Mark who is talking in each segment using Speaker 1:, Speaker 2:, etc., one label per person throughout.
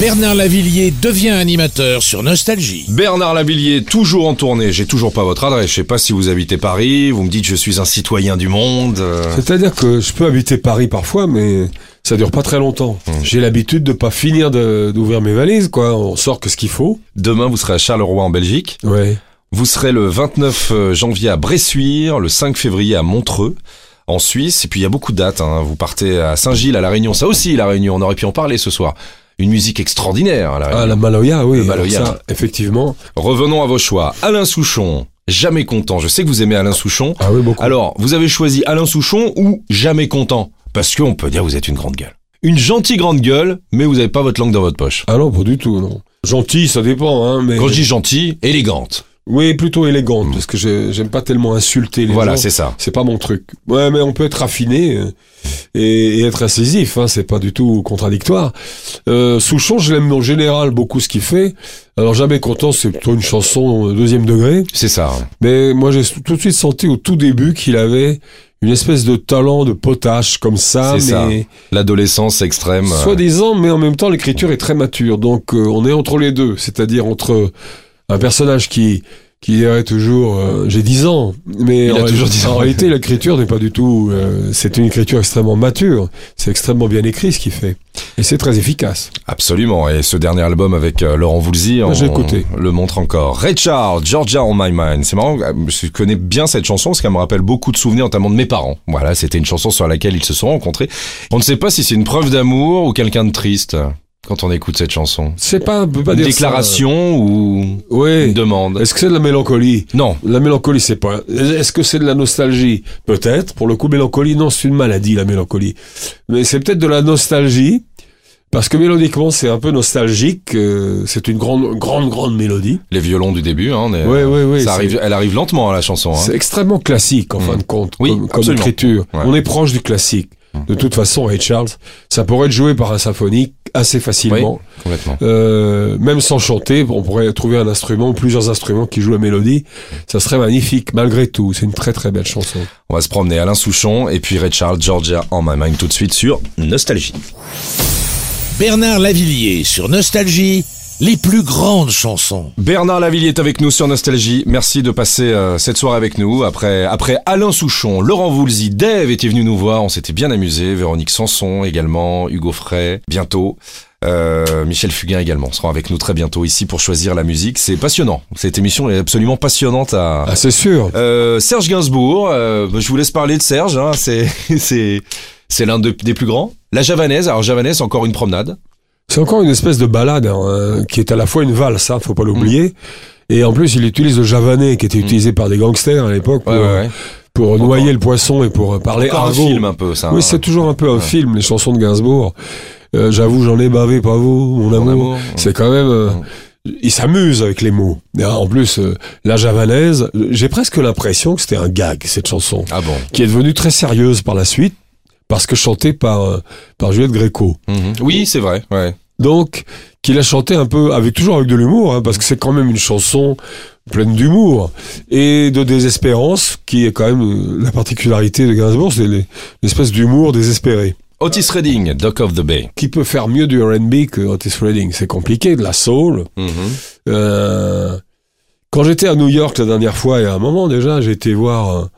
Speaker 1: Bernard Lavillier devient animateur sur Nostalgie.
Speaker 2: Bernard Lavillier, toujours en tournée. J'ai toujours pas votre adresse. Je sais pas si vous habitez Paris. Vous me dites je suis un citoyen du monde. euh,
Speaker 3: C'est-à-dire que je peux habiter Paris parfois, mais ça dure pas très longtemps. J'ai l'habitude de pas finir de- d'ouvrir mes valises, quoi. On sort que ce qu'il faut.
Speaker 2: Demain, vous serez à Charleroi en Belgique.
Speaker 3: Ouais.
Speaker 2: Vous serez le 29 janvier à Bressuire, le 5 février à Montreux. En Suisse, et puis il y a beaucoup de dates. hein. Vous partez à Saint-Gilles, à La Réunion. Ça aussi, La Réunion, on aurait pu en parler ce soir. Une musique extraordinaire à La Réunion.
Speaker 3: Ah, la Maloya, oui.
Speaker 2: Le Maloya.
Speaker 3: alors ça, effectivement.
Speaker 2: Revenons à vos choix. Alain Souchon, jamais content. Je sais que vous aimez Alain Souchon.
Speaker 3: Ah oui, beaucoup.
Speaker 2: Alors, vous avez choisi Alain Souchon ou jamais content Parce qu'on peut dire que vous êtes une grande gueule. Une gentille grande gueule, mais vous n'avez pas votre langue dans votre poche.
Speaker 3: Ah non, pas du tout, non. Gentil, ça dépend, hein, mais.
Speaker 2: Quand je dis gentille, élégante.
Speaker 3: Oui, plutôt élégante, parce que je- j'aime pas tellement insulter les
Speaker 2: Voilà,
Speaker 3: gens.
Speaker 2: c'est ça.
Speaker 3: C'est pas mon truc. Ouais, mais on peut être raffiné euh, et, et être incisif. Hein, c'est pas du tout contradictoire. Euh, Souchon, je l'aime en général beaucoup ce qu'il fait. Alors jamais content, c'est plutôt une chanson euh, deuxième degré.
Speaker 2: C'est ça.
Speaker 3: Mais moi, j'ai tout de suite senti au tout début qu'il avait une espèce de talent de potache comme ça,
Speaker 2: C'est ça.
Speaker 3: mais
Speaker 2: L'adolescence extrême. euh,
Speaker 3: soi-disant, mais en même temps, l'écriture est très mature. Donc, euh, on est entre les deux, c'est-à-dire entre un personnage qui qui dirait toujours euh, j'ai 10 ans, mais
Speaker 2: Il
Speaker 3: en,
Speaker 2: a toujours 10 ans.
Speaker 3: en réalité, l'écriture n'est pas du tout. euh, c'est une écriture extrêmement mature. C'est extrêmement bien écrit ce qu'il fait, et c'est très efficace.
Speaker 2: euh, Absolument. Et ce dernier album avec euh, Laurent Voulzy,
Speaker 3: Moi, j'ai écouté.
Speaker 2: le montre encore. Ray Charles, Georgia on My Mind. C'est marrant, euh, je connais bien cette chanson parce qu'elle me rappelle beaucoup de souvenirs, notamment de mes parents. Voilà, c'était une chanson sur laquelle ils se sont rencontrés. On ne sait pas si c'est une preuve d'amour ou quelqu'un de triste euh, quand on écoute cette chanson.
Speaker 3: C'est pas, on peut pas
Speaker 2: Une
Speaker 3: dire ça. euh.
Speaker 2: déclaration ou
Speaker 3: Ouais.
Speaker 2: une demande
Speaker 3: Est-ce que c'est de la mélancolie
Speaker 2: Non.
Speaker 3: La mélancolie, c'est pas. Est-ce que c'est de la nostalgie Peut-être. Pour le coup, mélancolie, non, c'est une maladie, la mélancolie. Mais c'est peut-être de la nostalgie, parce que mélodiquement, c'est un peu nostalgique. euh, c'est une grande, grande, grande mélodie.
Speaker 2: Les violons du début, hein, mais,
Speaker 3: Ouais, ouais, ouais,
Speaker 2: ça
Speaker 3: c'est-
Speaker 2: arrive, elle arrive lentement à la chanson. hein.
Speaker 3: C'est extrêmement classique, en
Speaker 2: Mm.
Speaker 3: fin de compte,
Speaker 2: Oui,
Speaker 3: comme, comme
Speaker 2: absolument.
Speaker 3: écriture.
Speaker 2: Ouais. Mm.
Speaker 3: On est proche du classique. De toute façon, Ray Charles, ça pourrait être joué par un symphonique assez facilement.
Speaker 2: Complètement.
Speaker 3: Euh, même sans chanter, on pourrait trouver un instrument ou plusieurs instruments qui jouent la mélodie. Ça serait magnifique, malgré tout. C'est une très très belle chanson.
Speaker 2: On va se promener Alain Souchon et puis Ray Charles, Georgia en My Mind tout de suite sur Nostalgie.
Speaker 1: Bernard Lavillier sur Nostalgie, les plus grandes chansons.
Speaker 2: Bernard Lavillier est avec nous sur Nostalgie. Merci de passer euh, cette soirée avec nous. Après, après Alain Souchon, Laurent Voulzy, Dave était venu nous voir. On s'était bien amusé. Véronique Sanson également, Hugo Frey bientôt. Euh, Michel Fugain également sera avec nous très bientôt ici pour choisir la musique. C'est passionnant. Cette émission est absolument passionnante à,
Speaker 3: Ah, c'est sûr.
Speaker 2: Euh, Serge Gainsbourg, euh, je vous laisse parler de Serge, hein, c'est c'est c'est l'un de- des plus grands. La javanaise, alors javanaise encore une promenade.
Speaker 3: C'est encore une espèce de balade hein, hein, qui est à la fois une valse, ça, faut pas l'oublier. Et en plus, il utilise le javanais qui
Speaker 2: Mm.
Speaker 3: était utilisé par des gangsters à l'époque pour, euh, pour noyer le poisson et pour euh, parler
Speaker 2: Encore un
Speaker 3: argot.
Speaker 2: film Ah, un peu ça. hein.
Speaker 3: Oui, c'est toujours un peu un film, les chansons de Gainsbourg. Euh, J'avoue, j'en ai bavé, pas vous, mon
Speaker 2: Mon
Speaker 3: amour.
Speaker 2: amour.
Speaker 3: C'est quand même... euh,
Speaker 2: Mm.
Speaker 3: il s'amuse avec les mots. Et en plus, euh, la javanaise, j'ai presque l'impression que c'était un gag, cette chanson,
Speaker 2: Ah bon.
Speaker 3: qui est devenue très sérieuse par la suite, parce que chantée par, euh, par Juliette Gréco.
Speaker 2: Mhm. Oui, c'est vrai. Ouais.
Speaker 3: Donc, qu'il a chanté un peu avec toujours avec de l'humour, hein, parce que c'est quand même une chanson pleine d'humour et de désespérance, qui est quand même euh, la particularité de Gainsbourg, c'est les- l'espèce d'humour désespéré.
Speaker 2: Otis Redding, Dock of the Bay.
Speaker 3: Qui peut faire mieux du R&B que Otis Redding C'est compliqué, de la soul.
Speaker 2: Mhm.
Speaker 3: Euh, quand j'étais à New York la dernière fois, il y a un moment déjà, j'ai été voir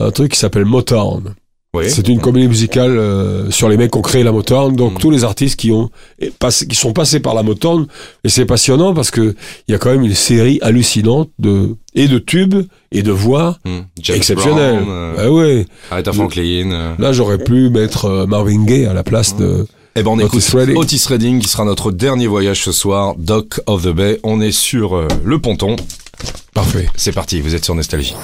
Speaker 3: un, un truc qui s'appelle Motown.
Speaker 2: Oui.
Speaker 3: C'est une comédie musicale euh, sur les mecs qui ont créé la Motown. Donc
Speaker 2: Mm.
Speaker 3: tous les artistes qui ont et passé- qui sont passés par la Motown et c'est passionnant parce que il y a quand même une série hallucinante de et de tubes et de voix
Speaker 2: Mhm. James
Speaker 3: exceptionnelles.
Speaker 2: Brown, euh,
Speaker 3: Ah ouais.
Speaker 2: Aretha Franklin. euh.
Speaker 3: Là j'aurais pu mettre euh, Marvin Gaye à la place de
Speaker 2: Eh ben on
Speaker 3: Otis
Speaker 2: écoute
Speaker 3: Redding.
Speaker 2: Otis Redding qui sera notre dernier voyage ce soir. Dock of the Bay. On est sur euh, le ponton.
Speaker 3: parfait.
Speaker 2: C'est parti. Vous êtes sur Nostalgie.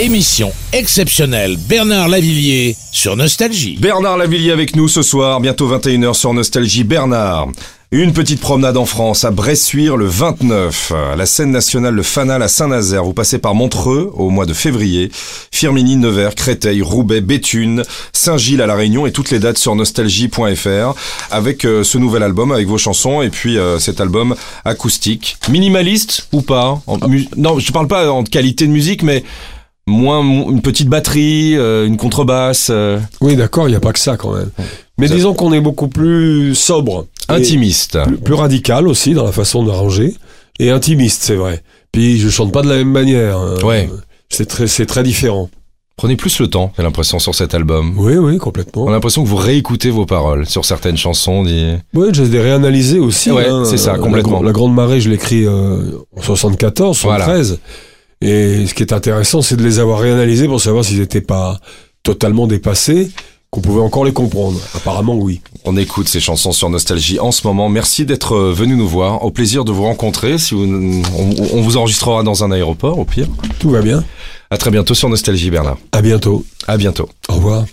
Speaker 1: Émission exceptionnelle Bernard Lavillier sur Nostalgie.
Speaker 2: Bernard Lavillier avec nous ce soir, bientôt 21h sur Nostalgie. Bernard, une petite promenade en France, à Bressuire le 29, à la scène nationale Le Fanal à Saint-Nazaire. Vous passez par Montreux au mois de février, Firminy, Nevers, Créteil, Roubaix, Béthune, Saint-Gilles à La Réunion et toutes les dates sur nostalgie.fr avec euh, ce nouvel album, avec vos chansons et puis euh, cet album acoustique. Minimaliste ou pas En mu- Non, je parle pas en qualité de musique, mais moins mo- une petite batterie, euh, une contrebasse. euh.
Speaker 3: Oui d'accord, il n'y a pas que ça quand même. Mais
Speaker 2: Mm. Ça-
Speaker 3: disons qu'on est beaucoup plus sobre.
Speaker 2: Intimiste.
Speaker 3: plus, plus radical aussi dans la façon d'arranger et intimiste, c'est vrai. Puis je chante pas de la même manière. hein.
Speaker 2: Ouais.
Speaker 3: C'est très, c'est très différent.
Speaker 2: Prenez plus le temps, j'ai l'impression, sur cet album.
Speaker 3: Oui, oui, complètement.
Speaker 2: On a l'impression que vous réécoutez vos paroles sur certaines chansons. dit-
Speaker 3: Oui, je les réanalyser aussi.
Speaker 2: Ouais,
Speaker 3: hein.
Speaker 2: c'est ça,
Speaker 3: La
Speaker 2: complètement.
Speaker 3: gr- La, Grande Marée, je l'écris euh, en 74, 73. Et ce qui est intéressant, c'est de les avoir réanalysés pour savoir s'ils n'étaient pas totalement dépassés, qu'on pouvait encore les comprendre. Apparemment, oui.
Speaker 2: On écoute ces chansons sur Nostalgie en ce moment. Merci d'être euh, venu nous voir. Au plaisir de vous rencontrer. Si vous, on, on vous enregistrera dans un aéroport, au pire.
Speaker 3: Tout va bien.
Speaker 2: À très bientôt sur Nostalgie, Bernard.
Speaker 3: À bientôt.
Speaker 2: À bientôt.
Speaker 3: Au revoir.